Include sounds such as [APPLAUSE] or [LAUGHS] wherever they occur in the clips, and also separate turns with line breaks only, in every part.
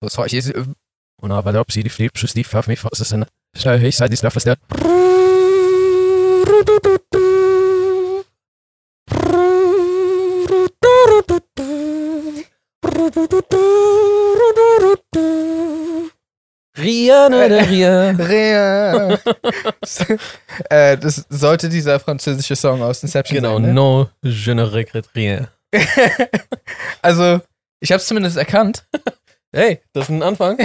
Das heißt, jetzt, äh, und aber ob sie die Flipschuss, die pfeift mich fast, das ist eine, ich sage, das ist der,
Ria, ne, der Ria.
Rea. [LAUGHS] äh, das sollte dieser französische Song aus Inception
genau,
sein. ne?
no, je ne regrette rien.
Also, ich habe es zumindest erkannt.
Hey, das ist ein [LAUGHS] Anfang.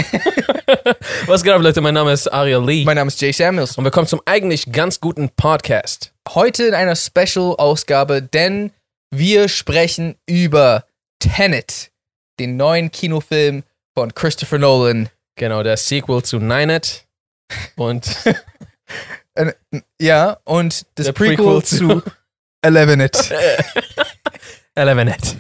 Was geht ab, Leute? Mein Name ist Ariel Lee.
Mein Name ist Jay Samuels.
und willkommen zum eigentlich ganz guten Podcast.
Heute in einer Special-Ausgabe, denn wir sprechen über Tenet, den neuen Kinofilm von Christopher Nolan.
Genau, der Sequel zu Nine It und
Ja, und das
Der
Prequel,
Prequel zu-
zu Eleven It.
[LAUGHS] Eleven It.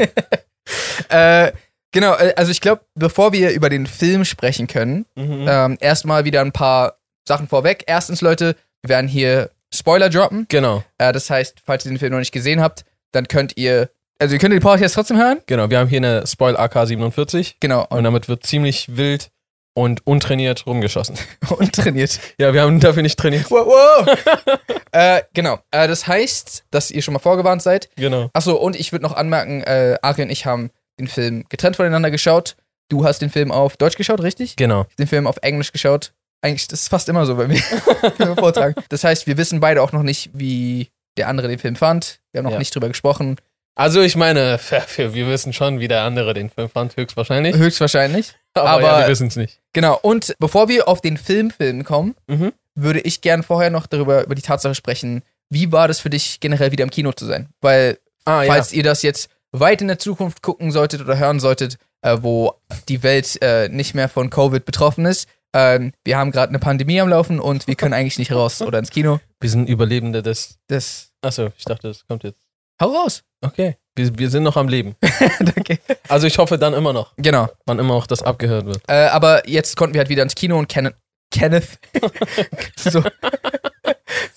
[LAUGHS] äh, genau, äh, also ich glaube, bevor wir über den Film sprechen können,
Mhm.
Ähm, erstmal wieder ein paar Sachen vorweg. Erstens, Leute, wir werden hier Spoiler droppen.
Genau,
Äh, das heißt, falls ihr den Film noch nicht gesehen habt, dann könnt ihr, also ihr könnt den Podcast trotzdem hören.
genau. Wir haben hier eine Spoil AK 47
Genau,
und
und, [LAUGHS]
damit wird ziemlich wild und untrainiert [LAUGHS] rumgeschossen.
und trainiert.
Ja, wir haben dafür nicht trainiert.
Wow, wow.
[LAUGHS]
äh, genau, äh, das heißt, dass ihr schon mal vorgewarnt seid.
Genau.
Achso, und ich würde noch anmerken, äh, Ari und ich haben den Film getrennt voneinander geschaut. Du hast den Film auf Deutsch geschaut, richtig?
Genau.
den Film auf Englisch geschaut. Eigentlich, das ist fast immer so bei mir
[LAUGHS]
[LAUGHS] beim Vortrag. Das heißt, wir wissen beide auch noch nicht, wie der andere den Film fand. Wir haben noch
Ja.
nicht drüber gesprochen.
Also ich meine, [LAUGHS] wir wissen schon, wie der andere den Film fand, höchstwahrscheinlich.
Höchstwahrscheinlich.
[LAUGHS] Aber, ja,
aber-
wir wissen es nicht.
Genau. Und bevor wir auf den Filmfilm kommen,
Mhm.
würde ich gern vorher noch darüber über die Tatsache sprechen, wie war das für dich generell wieder im Kino zu sein? Weil
Ah,
falls ihr das jetzt weit in der Zukunft gucken solltet oder hören solltet, äh, wo die Welt äh, nicht mehr von Covid betroffen ist, ähm, wir haben gerade eine Pandemie am Laufen und wir können eigentlich nicht raus oder ins Kino.
Wir sind Überlebende des.
Das
Achso, ich dachte, das kommt jetzt.
Hau raus.
Okay. Wir, wir sind noch am [LAUGHS] Leben.
[LAUGHS] Danke.
Also ich hoffe dann immer noch,
Genau.
wann immer auch das abgehört wird.
Äh, aber jetzt konnten wir halt wieder ins Kino und Kenneth. Kenneth. [LAUGHS] so. das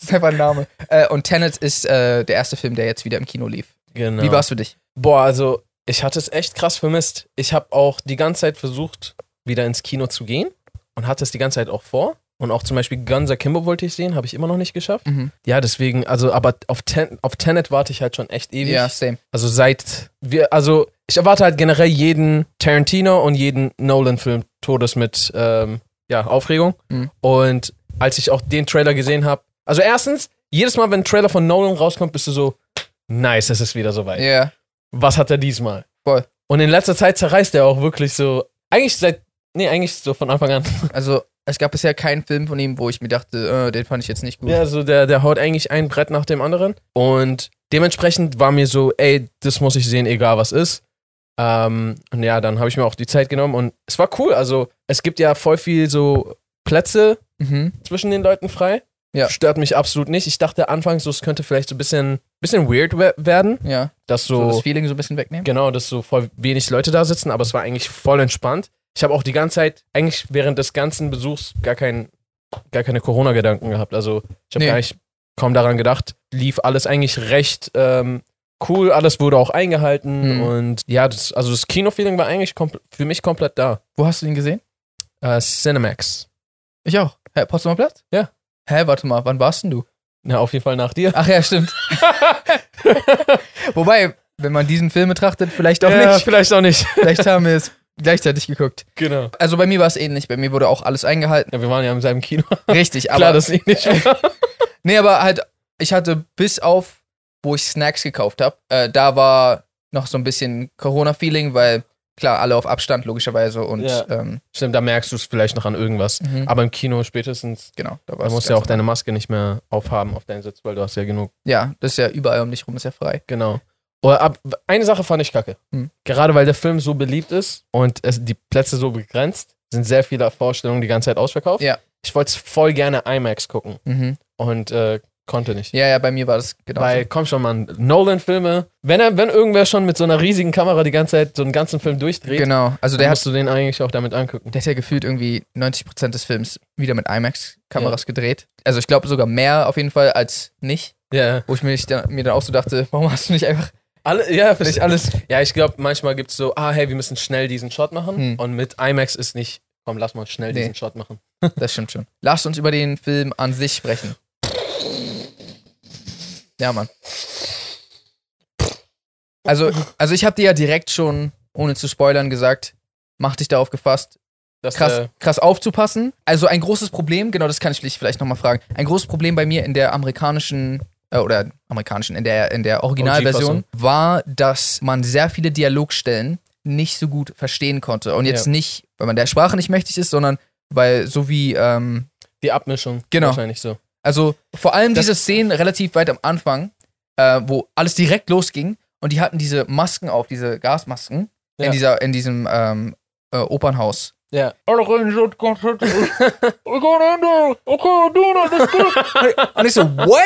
ist einfach ein Name. Äh, und Tenet ist äh, der erste Film, der jetzt wieder im Kino lief.
Genau.
Wie war es für dich?
Boah, also ich hatte es echt krass vermisst. Ich habe auch die ganze Zeit versucht, wieder ins Kino zu gehen und hatte es die ganze Zeit auch vor. Und auch zum Beispiel Guns Akimbo wollte ich sehen, habe ich immer noch nicht geschafft.
Mhm.
Ja, deswegen, also, aber auf, Ten auf Tenet warte ich halt schon echt ewig.
Ja, same.
Also seit wir, also ich erwarte halt generell jeden Tarantino und jeden Nolan-Film Todes mit ähm, ja, Aufregung.
Mhm.
Und als ich auch den Trailer gesehen habe, also erstens, jedes Mal, wenn ein Trailer von Nolan rauskommt, bist du so, nice, es ist wieder soweit.
Ja. Yeah.
Was hat er diesmal?
Voll.
Und in letzter Zeit zerreißt er auch wirklich so, eigentlich seit, nee, eigentlich so von Anfang an.
Also, es gab bisher keinen Film von ihm, wo ich mir dachte, äh, den fand ich jetzt nicht gut.
Ja, so der, der haut eigentlich ein Brett nach dem anderen. Und dementsprechend war mir so, ey, das muss ich sehen, egal was ist. Ähm, und ja, dann habe ich mir auch die Zeit genommen und es war cool. Also, es gibt ja voll viel so Plätze
Mhm.
zwischen den Leuten frei.
Ja.
Stört mich absolut nicht. Ich dachte anfangs, so, es könnte vielleicht so ein bisschen, bisschen weird we- werden,
Ja.
dass
So,
so,
das Feeling so ein bisschen wegnehmen.
genau, dass so voll wenig Leute da sitzen, aber es war eigentlich voll entspannt. Ich habe auch die ganze Zeit, eigentlich während des ganzen Besuchs, gar, kein, gar keine Corona-Gedanken gehabt. Also ich habe
Nee.
gar nicht kaum daran gedacht. Lief alles eigentlich recht ähm, cool, alles wurde auch eingehalten
Mhm.
und ja, das, also das Kino-Feeling war eigentlich kompl- für mich komplett da.
Wo hast du ihn gesehen?
Äh, Cinemax.
Ich auch. Hä, Potsdamer Platz?
Ja.
Hä, warte mal, wann warst denn du?
Na, auf jeden Fall nach
[LAUGHS]
dir.
Ach ja,
[LAUGHS]
stimmt. Wobei, wenn man diesen Film betrachtet, vielleicht auch
Ja,
nicht.
vielleicht
[LAUGHS]
auch nicht.
Vielleicht haben wir es gleichzeitig geguckt.
genau.
Also bei mir war es ähnlich. Bei mir wurde auch alles eingehalten.
Ja, wir waren ja im selben Kino.
Richtig, aber.
[LAUGHS] Klar, das eh
[LAUGHS]
nicht.
nee, aber halt, ich hatte bis auf, wo ich Snacks gekauft habe, äh, da war noch so ein bisschen Corona-Feeling, weil klar, alle auf Abstand logischerweise und
Ja.
ähm,
Stimmt, da merkst du es vielleicht noch an irgendwas.
mhm,
Aber im Kino spätestens
genau, da war
Du
es
musst ja auch
ganz normal.
deine Maske nicht mehr aufhaben auf deinen Sitz, weil du hast ja genug.
Ja, das ist ja überall um dich rum, ist ja frei.
Genau. Oder ab, eine Sache fand ich kacke.
Hm.
Gerade weil der Film so beliebt ist und es, die Plätze so begrenzt, sind sehr viele Vorstellungen die ganze Zeit ausverkauft.
Ja.
Ich wollte voll gerne IMAX gucken
Mhm.
und äh, konnte nicht.
Ja, ja, bei mir war das genau.
Weil, komm schon, Mann, Nolan-Filme, wenn er, wenn irgendwer schon mit so einer riesigen Kamera die ganze Zeit so einen ganzen Film
so.
durchdreht,
Genau. Also
dann
der hat,
musst du den eigentlich auch damit angucken.
der hat ja gefühlt irgendwie 90% des Films wieder mit IMAX-Kameras gedreht. Also ich glaube sogar mehr auf jeden Fall als nicht.
Ja.
Wo ich mir, nicht, mir dann auch so dachte, warum hast du nicht einfach
Alle, ja,
Nicht
verstehe.
alles.
Ja, ich glaube, manchmal gibt es so, ah, hey, wir müssen schnell diesen Shot machen.
Hm.
Und mit IMAX ist nicht, komm, lass mal schnell
Nee.
diesen Shot machen.
Das stimmt schon. Lasst uns über den Film an sich sprechen. Ja, Mann. Also, also ich habe dir ja direkt schon, ohne zu spoilern, gesagt, mach dich darauf gefasst,
Das,
krass,
Äh,
krass aufzupassen. Also ein großes Problem, genau das kann ich dich vielleicht nochmal fragen. Ein großes Problem bei mir in der amerikanischen äh, oder amerikanischen, in der, in der Originalversion war, dass man sehr viele Dialogstellen nicht so gut verstehen konnte. Und jetzt
Ja.
nicht, weil man der Sprache nicht mächtig ist, sondern weil so wie, ähm,
die Abmischung.
Genau.
Wahrscheinlich so.
also vor allem
Das-
diese Szenen relativ weit am Anfang, äh, wo alles direkt losging und die hatten diese Masken auf, diese Gasmasken
Ja.
in, dieser, in diesem ähm, äh, Opernhaus.
Ja. [LAUGHS]
[LAUGHS] Und ich so, what?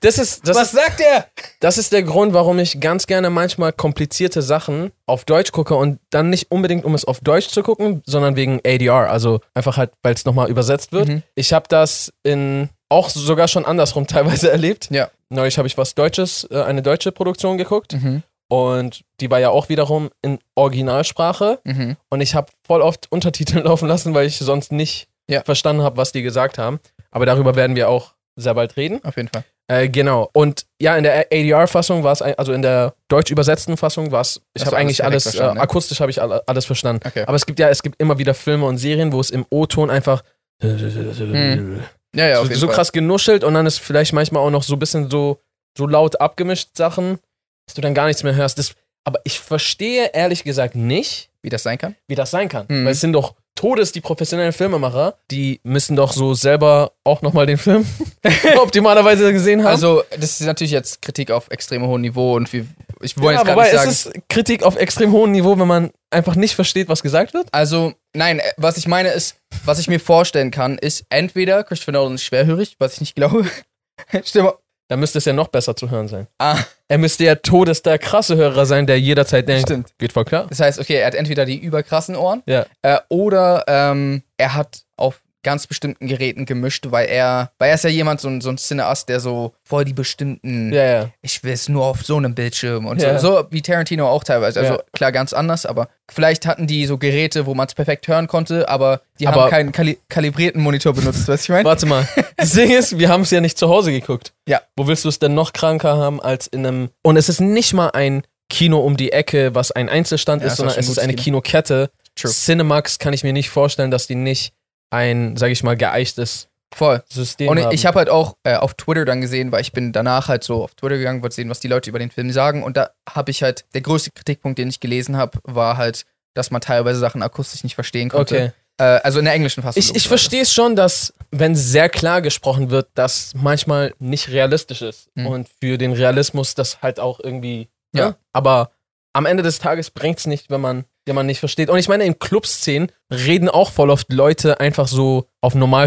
Das ist, das, ist,
sagt er?
das ist der Grund, warum ich ganz gerne manchmal komplizierte Sachen auf Deutsch gucke und dann nicht unbedingt, um es auf Deutsch zu gucken, sondern wegen ADR. Also einfach halt, weil es nochmal übersetzt wird.
Mhm.
Ich habe das in auch sogar schon andersrum [LAUGHS] teilweise erlebt.
Ja.
Neulich habe ich was Deutsches, äh, eine deutsche Produktion geguckt
Mhm.
und die war ja auch wiederum in Originalsprache.
Mhm.
Und ich habe voll oft [LAUGHS] Untertitel laufen lassen, weil ich sonst nicht
Ja.
verstanden habe, was die gesagt haben. Aber darüber werden wir auch sehr bald reden.
Auf jeden Fall.
Äh, genau. Und ja, in der ADR-Fassung war es, ein- also in der deutsch übersetzten Fassung war es, ich
Hast du
habe
alles
eigentlich
perfekt
alles, äh,
verstanden, ne?
akustisch habe ich alle, alles verstanden.
Okay.
Aber es gibt ja, es gibt immer wieder Filme und Serien, wo es im O-Ton einfach
Hm. Ja, ja, auf
so,
jeden
so
Fall.
krass genuschelt und dann ist vielleicht manchmal auch noch so ein bisschen so, so laut abgemischt Sachen, dass du dann gar nichts mehr hörst. Das, aber ich verstehe ehrlich gesagt nicht,
Wie das sein kann?
wie das sein kann.
Mhm.
Weil es sind doch Todes, die professionellen Filmemacher, die müssen doch so selber auch nochmal
[LAUGHS]
den Film [LAUGHS] optimalerweise gesehen haben.
Also, das ist natürlich jetzt Kritik auf extrem hohem Niveau und wir, ich wollte jetzt gerade
ja, Genau, wobei
nicht sagen.
es ist Kritik auf extrem hohem Niveau, wenn man einfach nicht versteht, was gesagt wird.
also, nein, äh, was ich meine ist, was ich mir vorstellen kann, ist entweder Christopher Nolan ist schwerhörig, was ich nicht glaube. [LAUGHS] Stimme.
Dann müsste es ja noch besser zu hören sein.
Ah,
Er müsste ja todes der krasse Hörer sein, der jederzeit denkt,
Stimmt.
geht voll klar.
das heißt, okay, er hat entweder die überkrassen Ohren
Ja.
äh, oder ähm, er hat auf ganz bestimmten Geräten gemischt, weil er, weil er ist ja jemand, so ein, so ein Cineast, der so voll die bestimmten
Ja, ja.
ich will es nur auf so einem Bildschirm und
Ja.
so. So wie Tarantino auch teilweise. Also
Ja.
klar, ganz anders, aber vielleicht hatten die so Geräte, wo man es perfekt hören konnte, aber die
Aber-
haben keinen kali kalibrierten Monitor benutzt, weißt du, was ich meine? [LAUGHS]
Warte mal. Das Ding ist, wir haben es ja nicht zu Hause geguckt.
Ja.
Wo willst du es denn noch kranker haben als in einem. Und es ist nicht mal ein Kino um die Ecke, was ein Einzelstand
Ja,
ist,
ist auch
sondern
schon
es
ein
ist
gutes Kino.
eine Kinokette.
True.
Cinemax kann ich mir nicht vorstellen, dass die nicht ein, sag ich mal, geeichtes
Voll.
System
Und ich-
haben.
ich habe halt auch äh, auf Twitter dann gesehen, weil ich bin danach halt so auf Twitter gegangen, wollte sehen, was die Leute über den Film sagen. Und da habe ich halt, der größte Kritikpunkt, den ich gelesen habe, war halt, dass man teilweise Sachen akustisch nicht verstehen konnte.
Okay.
Äh, also in der englischen Fassung.
Ich, ich verstehe es schon, dass, wenn sehr klar gesprochen wird, das manchmal nicht realistisch ist.
Mhm.
Und für den Realismus das halt auch irgendwie.
Ja.
ne? Aber am Ende des Tages bringt es nicht, wenn man, wenn man nicht versteht. Und ich meine, in Clubszenen reden auch voll oft Leute einfach so auf Normallautstärke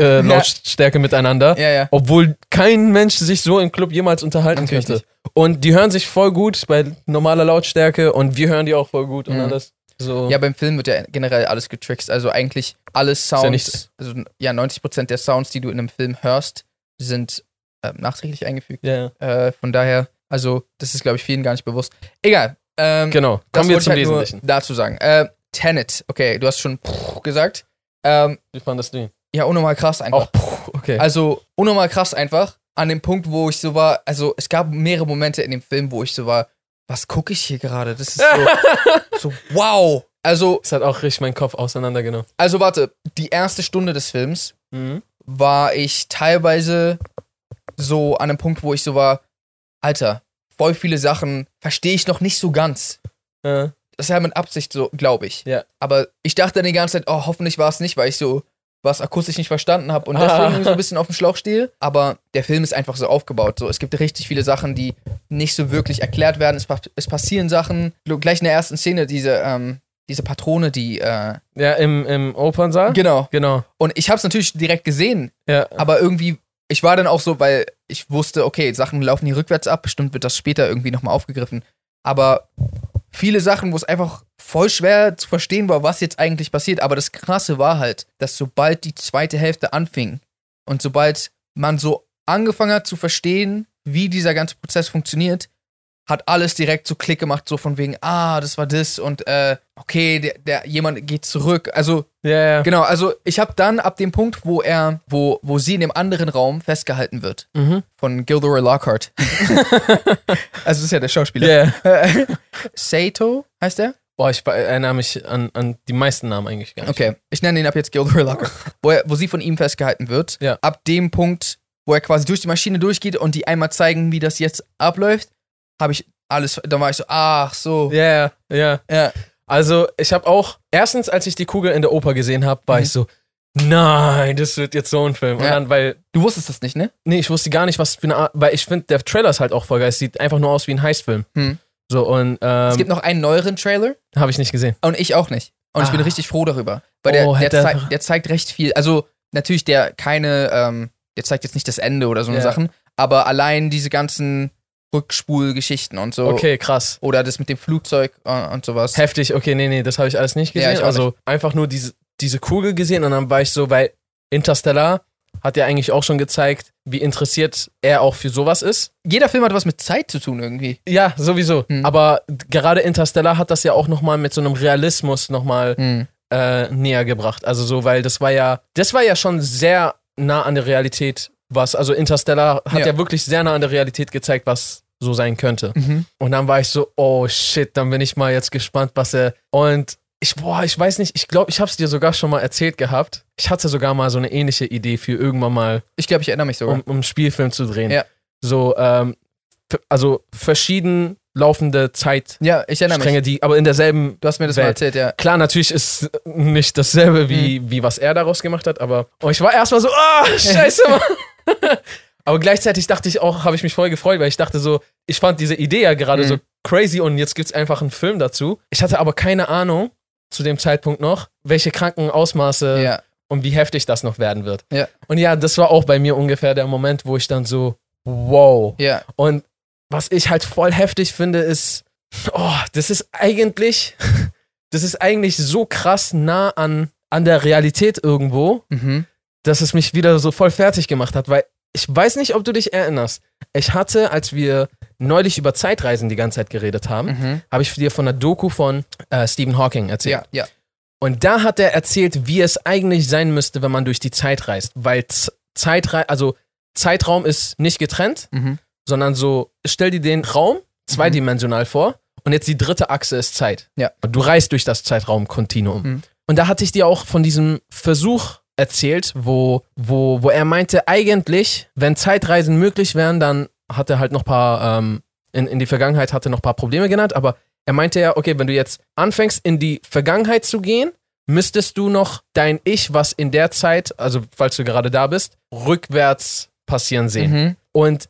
äh, Lautstärke miteinander.
Ja, ja.
Obwohl kein Mensch sich so im Club jemals unterhalten
Natürlich
könnte. Und die hören sich voll gut bei normaler Lautstärke und wir hören die auch voll gut und
Mhm.
alles. So.
Ja, beim Film wird ja generell alles getrickst. Also eigentlich alle Sounds,
ja nicht-
also ja, 90% der Sounds, die du in einem Film hörst, sind äh, nachträglich eingefügt.
ja.
Äh, von daher, also das ist, glaube ich, vielen gar nicht bewusst. Egal. Ähm,
Genau.
das
Kommen wir
wollte ich
zum
halt nur
Wesentlichen.
dazu sagen. Äh, Tenet, okay, du hast schon pff gesagt. Ähm,
Wie fandest du ihn?
ja, unnormal krass einfach.
Auch, puh, okay.
Also unnormal krass einfach. An dem Punkt, wo ich so war, also es gab mehrere Momente in dem Film, wo ich so war, was gucke ich hier gerade? Das ist so,
[LAUGHS]
so wow. Also
Es hat auch richtig meinen Kopf auseinandergenommen.
Also warte, die erste Stunde des Films war ich teilweise so an einem Punkt, wo ich so war, Alter, voll viele Sachen verstehe ich noch nicht so ganz.
Äh,
Das ist ja mit Absicht so, glaube ich.
Ja.
Aber ich dachte dann die ganze Zeit, oh, hoffentlich war es nicht, weil ich so was akustisch nicht verstanden habe
[LAUGHS]
und
Ah.
deswegen so ein bisschen auf dem Schlauch stehe. Aber der Film ist einfach so aufgebaut. So, es gibt richtig viele Sachen, die nicht so wirklich erklärt werden. Es, pa es passieren Sachen. Gleich in der ersten Szene diese, ähm, diese Patrone, die äh,
ja, im, im Opernsaal?
genau.
genau.
Und ich habe es natürlich direkt gesehen,
Ja.
aber irgendwie, ich war dann auch so, weil ich wusste, okay, Sachen laufen hier rückwärts ab, bestimmt wird das später irgendwie nochmal aufgegriffen. Aber viele Sachen, wo es einfach voll schwer zu verstehen war, was jetzt eigentlich passiert. Aber das Krasse war halt, dass sobald die zweite Hälfte anfing und sobald man so angefangen hat zu verstehen, wie dieser ganze Prozess funktioniert, hat alles direkt so Klick gemacht, so von wegen, ah, das war das und äh, okay, der, der jemand geht zurück. Also
Ja, ja.
Genau, also ich habe dann ab dem Punkt, wo er, wo, wo sie in dem anderen Raum festgehalten wird,
Mhm.
von Gilderoy
[LAUGHS]
Lockhart. also das ist ja der Schauspieler.
Ja.
Sato heißt er?
Boah, ich be- erinnere mich an, an die meisten Namen eigentlich gar nicht.
Okay, ich nenne ihn ab jetzt Gilderoy Lockhart. Wo, er, wo sie von ihm festgehalten wird,
Ja.
ab dem Punkt, wo er quasi durch die Maschine durchgeht und die einmal zeigen, wie das jetzt abläuft, habe ich alles, dann war ich so, ach so.
Ja, ja, ja.
Ja.
Also, ich habe auch, erstens, als ich die Kugel in der Oper gesehen habe, war
Mhm.
ich so, nein, das wird jetzt so ein Film. Und
Ja.
dann, weil,
Du wusstest das nicht, ne?
nee, ich wusste gar nicht, was für eine Art, weil ich finde, der Trailer ist halt auch voll geil. Es sieht einfach nur aus wie ein Heistfilm.
Hm.
So, und,
es gibt
ähm,
noch einen neueren Trailer.
habe ich nicht gesehen.
Und ich auch nicht. Und ich bin
Ah.
richtig froh darüber. Weil der,
Oh,
der,
hätte-
zei der zeigt recht viel. Also, natürlich, der keine, ähm, der zeigt jetzt nicht das Ende oder so eine
Ja.
Sachen, aber allein diese ganzen Rückspulgeschichten und so.
Okay, krass.
Oder das mit dem Flugzeug äh, und sowas.
Heftig, okay, nee, nee, das habe ich alles nicht
Ja,
gesehen.
ich auch
also, einfach nur diese, diese Kugel gesehen und dann war ich so, weil Interstellar hat ja eigentlich auch schon gezeigt, wie interessiert er auch für sowas ist.
Jeder Film hat was mit Zeit zu tun irgendwie.
Ja, sowieso.
Hm.
Aber gerade Interstellar hat das ja auch nochmal mit so einem Realismus nochmal äh, näher gebracht. Also so, weil das war ja, das war ja schon sehr nah an der Realität, was, also Interstellar hat
Ja.
ja, wirklich sehr nah an der Realität gezeigt, was so sein könnte.
Mhm.
Und dann war ich so, oh shit, dann bin ich mal jetzt gespannt, was er. Und ich, boah, ich weiß nicht, ich glaube, ich hab's dir sogar schon mal erzählt gehabt. Ich hatte sogar mal so eine ähnliche Idee für irgendwann mal
Ich glaube, ich erinnere mich sogar.
um, um einen Spielfilm zu drehen.
Ja.
So, ähm, f- also verschieden laufende Zeitstränge,
ja, ich erinnere mich.
die, aber in derselben.
Du hast mir das mal
Welt.
erzählt, ja.
Klar, natürlich ist nicht dasselbe, wie,
Mhm.
wie was er daraus gemacht hat, aber oh, ich war erstmal so, ah,
[LAUGHS]
scheiße, Mann. aber gleichzeitig dachte ich auch, habe ich mich voll gefreut, weil ich dachte so, ich fand diese Idee ja gerade
Mhm.
so crazy und jetzt gibt's einfach einen Film dazu. Ich hatte aber keine Ahnung zu dem Zeitpunkt noch, welche kranken Ausmaße
ja.
und wie heftig das noch werden wird.
Ja.
Und ja, das war auch bei mir ungefähr der Moment, wo ich dann so, wow.
Ja.
Und was ich halt voll heftig finde, ist, oh, das ist eigentlich, [LAUGHS] das ist eigentlich so krass nah an, an der Realität irgendwo,
Mhm.
dass es mich wieder so voll fertig gemacht hat, weil ich weiß nicht, ob du dich erinnerst. Ich hatte, als wir neulich über Zeitreisen die ganze Zeit geredet haben,
Mhm.
habe ich dir von der Doku von äh, Stephen Hawking erzählt.
Ja, ja.
Und da hat er erzählt, wie es eigentlich sein müsste, wenn man durch die Zeit reist. Weil Z- Zeitre also Zeitraum ist nicht getrennt,
Mhm.
sondern so, stell dir den Raum zweidimensional vor und jetzt die dritte Achse ist Zeit.
Mhm. Ja.
Und du reist durch das Zeitraumkontinuum.
Mhm.
Und da hatte ich dir auch von diesem Versuch erzählt, wo, wo, wo er meinte, eigentlich, wenn Zeitreisen möglich wären, dann hat er halt noch ein paar, ähm, in, in die Vergangenheit hat er noch ein paar Probleme genannt, aber er meinte ja, okay, wenn du jetzt anfängst, in die Vergangenheit zu gehen, müsstest du noch dein Ich, was in der Zeit, also falls du gerade da bist, rückwärts passieren sehen.
Mhm.
Und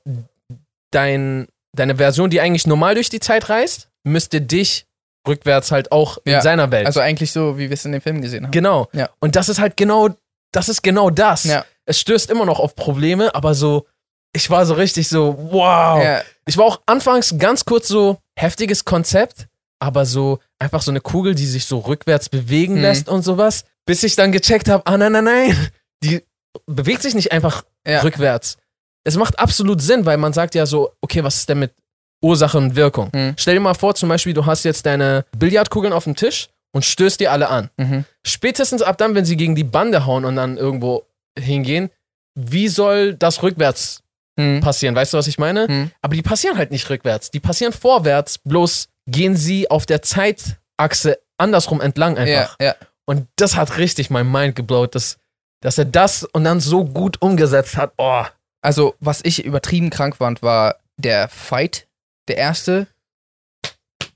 dein, deine Version, die eigentlich normal durch die Zeit reist, müsste dich rückwärts halt auch
Ja,
in seiner Welt.
Also eigentlich so, wie wir es in dem Film gesehen haben.
genau.
Ja.
Und das ist halt genau, das ist genau das.
Ja.
Es stößt immer noch auf Probleme, aber so, ich war so richtig so, wow.
Ja.
Ich war auch anfangs ganz kurz so heftiges Konzept, aber so einfach so eine Kugel, die sich so rückwärts bewegen
Mhm.
lässt und sowas, bis ich dann gecheckt habe, ah nein, nein, nein, die bewegt sich nicht einfach
Ja.
rückwärts. Es macht absolut Sinn, weil man sagt ja so, okay, was ist denn mit Ursache und Wirkung?
Mhm.
Stell dir mal vor, zum Beispiel, du hast jetzt deine Billardkugeln auf dem Tisch und stößt die alle an.
Mhm.
Spätestens ab dann, wenn sie gegen die Bande hauen und dann irgendwo hingehen, wie soll das rückwärts
Mhm.
passieren? Weißt du, was ich meine?
Mhm.
Aber die passieren halt nicht rückwärts. Die passieren vorwärts, bloß gehen sie auf der Zeitachse andersrum entlang einfach.
Ja, ja.
Und das hat richtig mein Mind geblowt, dass, dass er das und dann so gut umgesetzt hat. Oh.
Also, was ich übertrieben krank fand, war der Fight, der erste.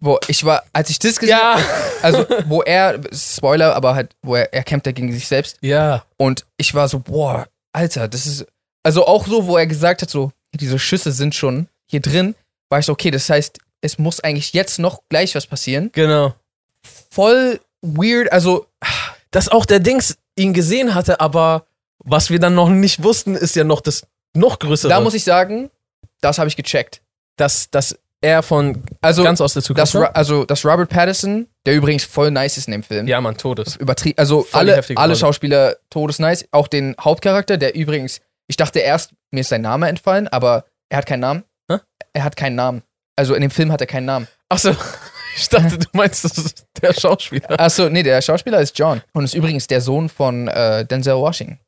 Wo ich war, als ich das gesehen
Ja.
also wo er, Spoiler, aber halt, wo er, er kämpft ja gegen sich selbst.
Ja.
Und ich war so, boah, Alter, das ist. Also auch so, wo er gesagt hat, so, diese Schüsse sind schon hier drin, war ich so, okay, das heißt, es muss eigentlich jetzt noch gleich was passieren.
Genau.
Voll weird, also,
Dass auch der Dings ihn gesehen hatte, aber was wir dann noch nicht wussten, ist ja noch das noch größere.
da muss ich sagen, das habe ich gecheckt.
dass, dass er von
Also,
ganz aus der Zukunft.
das, Ro- also, das Robert Patterson, der übrigens voll nice ist in dem Film.
ja, Mann, Todes.
übertrieben. Also
Voll die
alle,
heftige
alle
Rolle.
Schauspieler todesnice. Auch den Hauptcharakter, der übrigens, ich dachte erst, mir ist sein Name entfallen, aber er hat keinen Namen.
Hä?
Er hat keinen Namen. Also in dem Film hat er keinen
[LAUGHS]
Namen.
Achso, ich dachte, du meinst, das ist der Schauspieler.
Achso, nee, der Schauspieler ist John. Und ist übrigens der Sohn von äh, Denzel Washington.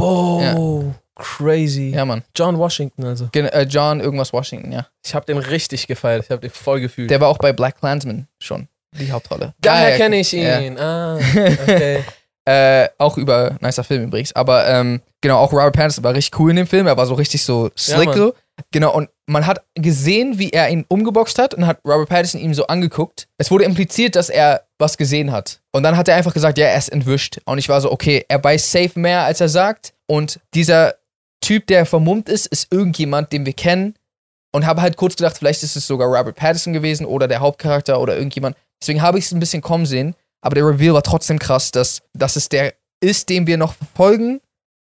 Abo, crazy.
Ja, Mann.
John Washington also.
Gen äh, John irgendwas Washington, ja.
Ich habe den richtig gefeiert, ich habe den voll gefühlt.
Der war auch bei Black Klansman schon die Hauptrolle.
Daher
Ja,
kenne ich
ja.
ihn. [LAUGHS] Ah, okay.
Äh, auch über nicer Film übrigens. Aber ähm, genau, auch Robert Pattinson war richtig cool in dem Film. Er war so richtig so slick
Mann.
so. Genau, und man hat gesehen, wie er ihn umgeboxt hat und hat Robert Pattinson ihm so angeguckt. Es wurde impliziert, dass er was gesehen hat. Und dann hat er einfach gesagt, ja, er ist entwischt. Und ich war so, okay, er weiß safe mehr, als er sagt. Und dieser Typ, der vermummt ist, ist irgendjemand, den wir kennen. Und habe halt kurz gedacht, vielleicht ist es sogar Robert Pattinson gewesen oder der Hauptcharakter oder irgendjemand. Deswegen habe ich es ein bisschen kommen sehen. Aber der Reveal war trotzdem krass, dass, dass es der ist, den wir noch verfolgen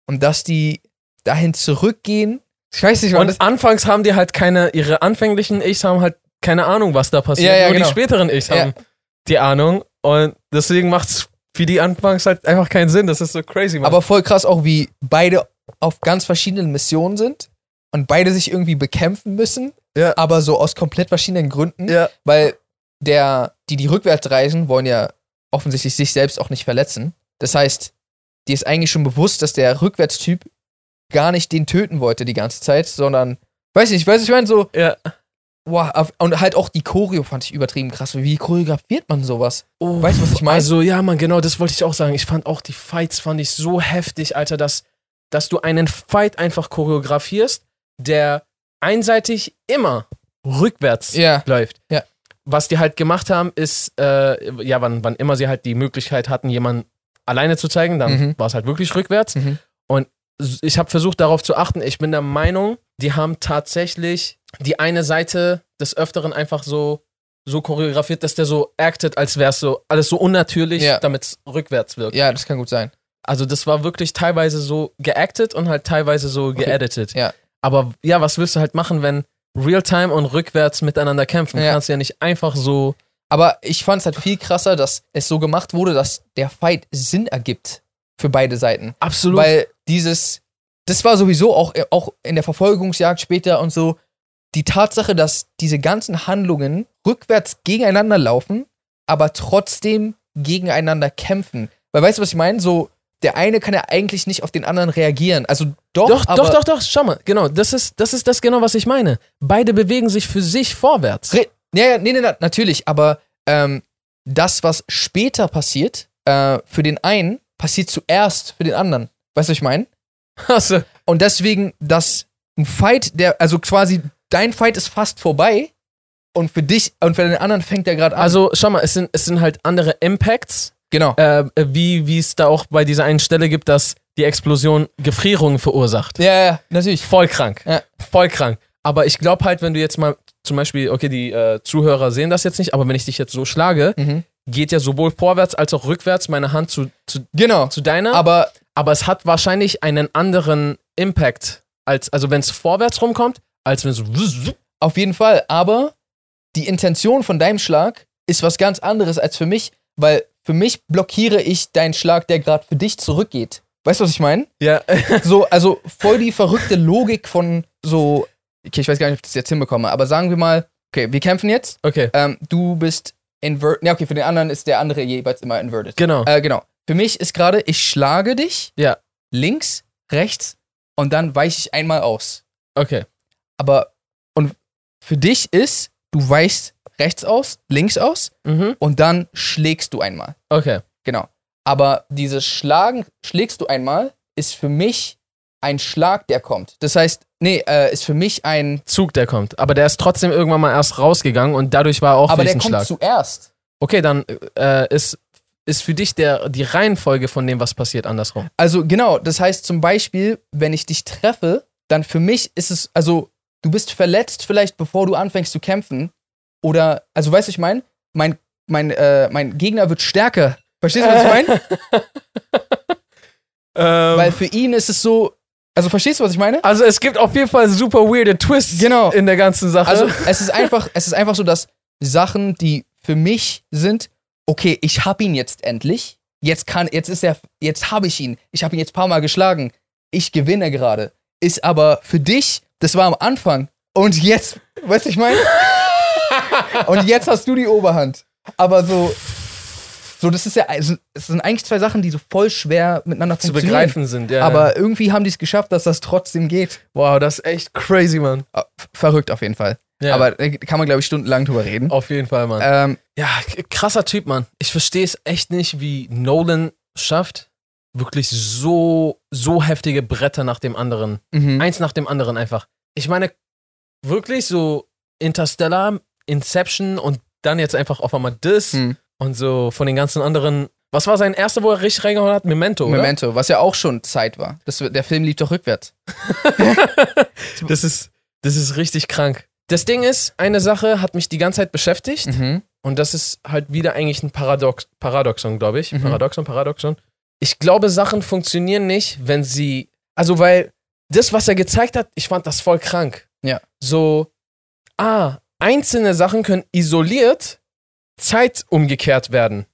und dass die dahin zurückgehen. Ich weiß nicht, wann das.
Und anfangs haben die halt keine, ihre anfänglichen Ichs haben halt keine Ahnung, was da passiert.
Ja, ja,
Nur
genau.
die späteren Ichs
Ja.
haben die Ahnung. Und deswegen macht's für die anfangs halt einfach keinen Sinn. Das ist so crazy, Mann.
Aber voll krass auch, wie beide auf ganz verschiedenen Missionen sind und beide sich irgendwie bekämpfen müssen,
Ja.
aber so aus komplett verschiedenen Gründen.
Ja.
Weil der, die, die rückwärts reisen, wollen ja offensichtlich sich selbst auch nicht verletzen. Das heißt, die ist eigentlich schon bewusst, dass der Rückwärtstyp gar nicht den töten wollte die ganze Zeit, sondern, weiß nicht, weiß ich meine, so,
ja.
wow, auf- und halt auch die Choreo fand ich übertrieben krass. Wie choreografiert man sowas?
Oh,
Weißt du, was ich meine?
Also, ja, Mann, genau, das wollte ich auch sagen. Ich fand auch die Fights fand ich so heftig, Alter, dass, dass du einen Fight einfach choreografierst, der einseitig immer rückwärts
Ja.
läuft.
Ja.
Was die halt gemacht haben, ist, äh, ja, wann, wann immer sie halt die Möglichkeit hatten, jemanden alleine zu zeigen, dann
Mhm.
war es halt wirklich rückwärts.
Mhm.
Und s- ich habe versucht, darauf zu achten. Ich bin der Meinung, die haben tatsächlich die eine Seite des Öfteren einfach so, so choreografiert, dass der so acted, als wäre es so alles so unnatürlich,
Ja.
damit es rückwärts wirkt.
Ja, das kann gut sein.
Also das war wirklich teilweise so geacted und halt teilweise so geeditet.
ja.
Aber ja, was willst du halt machen, wenn Realtime und rückwärts miteinander kämpfen? Du
Ja.
kannst ja nicht einfach so.
Aber ich fand es halt viel krasser, dass es so gemacht wurde, dass der Fight Sinn ergibt für beide Seiten.
Absolut.
Weil dieses, das war sowieso auch, auch in der Verfolgungsjagd später und so, die Tatsache, dass diese ganzen Handlungen rückwärts gegeneinander laufen, aber trotzdem gegeneinander kämpfen. Weil weißt du, was ich meine? So, der eine kann ja eigentlich nicht auf den anderen reagieren. Also doch,
doch,
aber
doch, doch, doch, schau mal, genau, das ist, das ist das genau, was ich meine. Beide bewegen sich für sich vorwärts.
Re- Ja, ja, nee, nee, na- natürlich, aber ähm, das, was später passiert, äh, für den einen, passiert zuerst für den anderen. Weißt du, was ich meine?
[LAUGHS] Also,
Und deswegen, dass ein Fight, der, also quasi, dein Fight ist fast vorbei und für dich und für den anderen fängt der gerade an.
also, schau mal, es sind, es sind halt andere Impacts,
genau.
äh, wie wie es da auch bei dieser einen Stelle gibt, dass die Explosion Gefrierungen verursacht.
äh, Ja, ja, natürlich.
Voll krank.
Ja.
Voll krank. Aber ich glaube halt, wenn du jetzt mal zum Beispiel, okay, die äh, Zuhörer sehen das jetzt nicht, aber wenn ich dich jetzt so schlage,
Mhm.
geht ja sowohl vorwärts als auch rückwärts meine Hand zu, zu,
Genau.
zu deiner.
Aber
aber es hat wahrscheinlich einen anderen Impact, als, also wenn es vorwärts rumkommt, als wenn es.
auf jeden Fall, aber die Intention von deinem Schlag ist was ganz anderes als für mich, weil für mich blockiere ich deinen Schlag, der gerade für dich zurückgeht. Weißt du, was ich meine? [LAUGHS]
Ja,
So, also voll die verrückte Logik von so, okay, ich weiß gar nicht, ob ich das jetzt hinbekomme, aber sagen wir mal, okay, wir kämpfen jetzt,
okay,
ähm, du bist invert, ne, okay, für den anderen ist der andere jeweils immer inverted.
genau.
Äh, genau. Für mich ist gerade, ich schlage dich
Ja.
links, rechts und dann weiche ich einmal aus.
Okay.
Aber, und für dich ist, du weichst rechts aus, links aus
Mhm.
und dann schlägst du einmal.
Okay.
Genau. Aber dieses Schlagen, schlägst du einmal, ist für mich ein Schlag, der kommt. Das heißt, nee, äh, ist für mich ein.
Zug, der kommt. Aber der ist trotzdem irgendwann mal erst rausgegangen und dadurch war auch
aber
für dich
der
ein
kommt
Schlag.
zuerst.
Okay, dann äh, ist, ist für dich der, die Reihenfolge von dem, was passiert, andersrum.
Also genau, das heißt zum Beispiel, wenn ich dich treffe, dann für mich ist es, also du bist verletzt vielleicht, bevor du anfängst zu kämpfen. Oder, also weißt du, was ich meine, mein, mein, äh, mein Gegner wird stärker. Verstehst du, was ich
[LAUGHS]
meine? Weil für ihn ist es so, also verstehst du, was ich meine?
also es gibt auf jeden Fall super weirde Twists
Genau.
in der ganzen Sache. [LAUGHS]
Also es ist einfach, es ist einfach so, dass Sachen, die für mich sind, okay, ich hab ihn jetzt endlich. Jetzt kann, jetzt ist er, jetzt habe ich ihn. Ich habe ihn jetzt ein paar Mal geschlagen. Ich gewinne
[LAUGHS]
gerade. Ist aber für dich, das war am Anfang. Und jetzt, weißt du, ich meine? Und jetzt hast du die Oberhand. Aber so, so das ist ja, also, es sind eigentlich zwei Sachen, die so voll schwer miteinander
zu
funktionieren.
begreifen sind, ja.
Aber irgendwie haben die es geschafft, dass das trotzdem geht.
wow, das ist echt crazy, Mann.
Ah, f- Verrückt auf jeden Fall.
Ja,
Aber da kann man, glaube ich, stundenlang drüber reden.
auf jeden Fall, Mann.
Ähm,
Ja, k- krasser Typ, Mann. Ich verstehe es echt nicht, wie Nolan schafft, wirklich so, so heftige Bretter nach dem anderen
mhm.
eins nach dem anderen einfach. Ich meine, wirklich so Interstellar, Inception und dann jetzt einfach auf einmal das
Hm.
und so von den ganzen anderen. Was war sein erster, wo er richtig reingehauen hat? Memento, oder?
Memento, was ja auch schon Zeit war. Das, der Film lief doch rückwärts.
Das ist, das ist richtig krank. Das Ding ist, eine Sache hat mich die ganze Zeit beschäftigt
Mhm.
und das ist halt wieder eigentlich ein Paradox, Paradoxon, glaube ich.
Mhm.
Paradoxon, Paradoxon. Ich glaube, Sachen funktionieren nicht, wenn sie. Also, weil das, was er gezeigt hat, ich fand das voll krank.
Ja.
So, ah, einzelne Sachen können isoliert Zeit umgekehrt werden.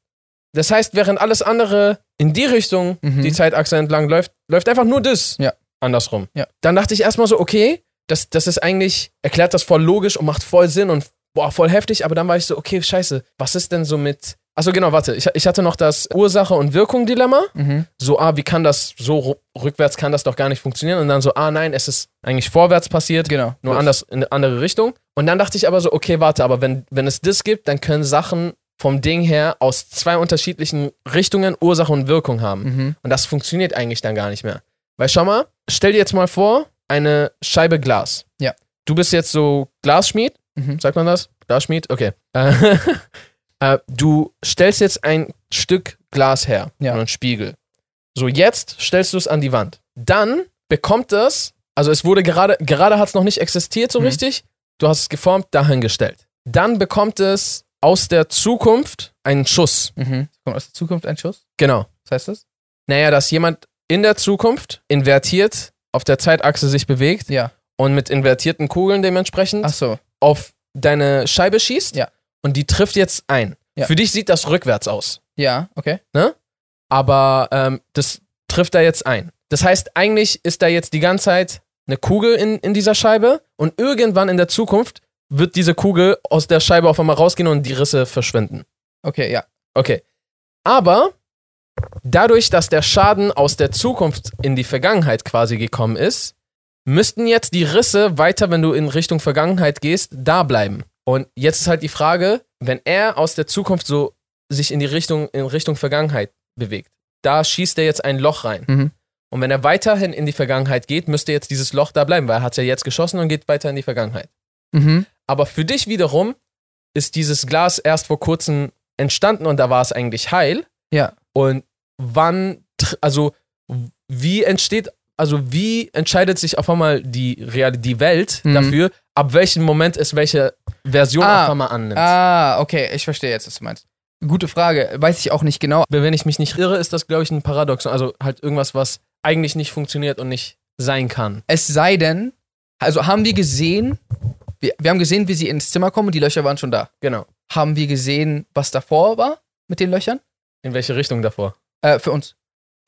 Das heißt, während alles andere in die Richtung
Mhm.
die Zeitachse entlang läuft, läuft einfach nur das
Ja.
andersrum.
Ja.
Dann dachte ich erstmal so, okay, das, das ist eigentlich, erklärt das voll logisch und macht voll Sinn und boah, voll heftig, aber dann war ich so, okay, scheiße, was ist denn so mit. Achso, genau, warte, ich, ich hatte noch das Ursache- und Wirkung-Dilemma.
Mhm.
So, ah, wie kann das so ru- rückwärts, kann das doch gar nicht funktionieren. Und dann so, ah, nein, es ist eigentlich vorwärts passiert,
Genau.
nur anders in eine andere Richtung. Und dann dachte ich aber so, okay, warte, aber wenn, wenn es das gibt, dann können Sachen vom Ding her aus zwei unterschiedlichen Richtungen Ursache und Wirkung haben.
Mhm.
Und das funktioniert eigentlich dann gar nicht mehr. Weil schau mal, stell dir jetzt mal vor, eine Scheibe Glas.
Ja.
Du bist jetzt so Glasschmied,
Mhm.
sagt man das? Glasschmied? Okay. Äh, [LAUGHS] äh, du stellst jetzt ein Stück Glas her
Ja.
und einen Spiegel. So, jetzt stellst du es an die Wand. Dann bekommt das, also es wurde gerade, gerade hat es noch nicht existiert so
Mhm.
richtig, du hast es geformt, dahin gestellt. Dann bekommt es aus der Zukunft einen Schuss.
Mhm. Kommt aus der Zukunft ein Schuss?
Genau.
Was heißt das?
Naja, dass jemand in der Zukunft invertiert auf der Zeitachse sich bewegt
Ja.
und mit invertierten Kugeln dementsprechend
Ach so.
auf deine Scheibe schießt
Ja.
und die trifft jetzt ein.
Ja.
Für dich sieht das rückwärts aus,
Ja, okay.
aber ähm, das trifft da jetzt ein. Das heißt, eigentlich ist da jetzt die ganze Zeit eine Kugel in, in dieser Scheibe und irgendwann in der Zukunft wird diese Kugel aus der Scheibe auf einmal rausgehen und die Risse verschwinden.
Okay, ja.
Okay. Aber dadurch, dass der Schaden aus der Zukunft in die Vergangenheit quasi gekommen ist, müssten jetzt die Risse weiter, wenn du in Richtung Vergangenheit gehst, da bleiben. Und jetzt ist halt die Frage, wenn er aus der Zukunft so sich in die Richtung, in Richtung Vergangenheit bewegt, da schießt er jetzt ein Loch rein.
Mhm.
Und wenn er weiterhin in die Vergangenheit geht, müsste jetzt dieses Loch da bleiben, weil er hat ja jetzt geschossen und geht weiter in die Vergangenheit.
Mhm.
Aber für dich wiederum ist dieses Glas erst vor kurzem entstanden und da war es eigentlich heil.
Ja.
Und wann, tr- also w- wie entsteht, also wie entscheidet sich auf einmal die, Real die Welt
Mhm.
dafür, ab welchem Moment es welche Version
Ah.
auf einmal annimmt?
Ah, okay. Ich verstehe jetzt, was du meinst. Gute Frage. Weiß ich auch nicht genau.
Wenn ich mich nicht irre, ist das, glaube ich, ein Paradoxon. Also halt irgendwas, was eigentlich nicht funktioniert und nicht sein kann.
Es sei denn, also haben wir gesehen, wir, wir haben gesehen, wie sie ins Zimmer kommen und die Löcher waren schon da.
Genau.
Haben wir gesehen, was davor war mit den Löchern?
In welche Richtung davor?
Äh, für uns.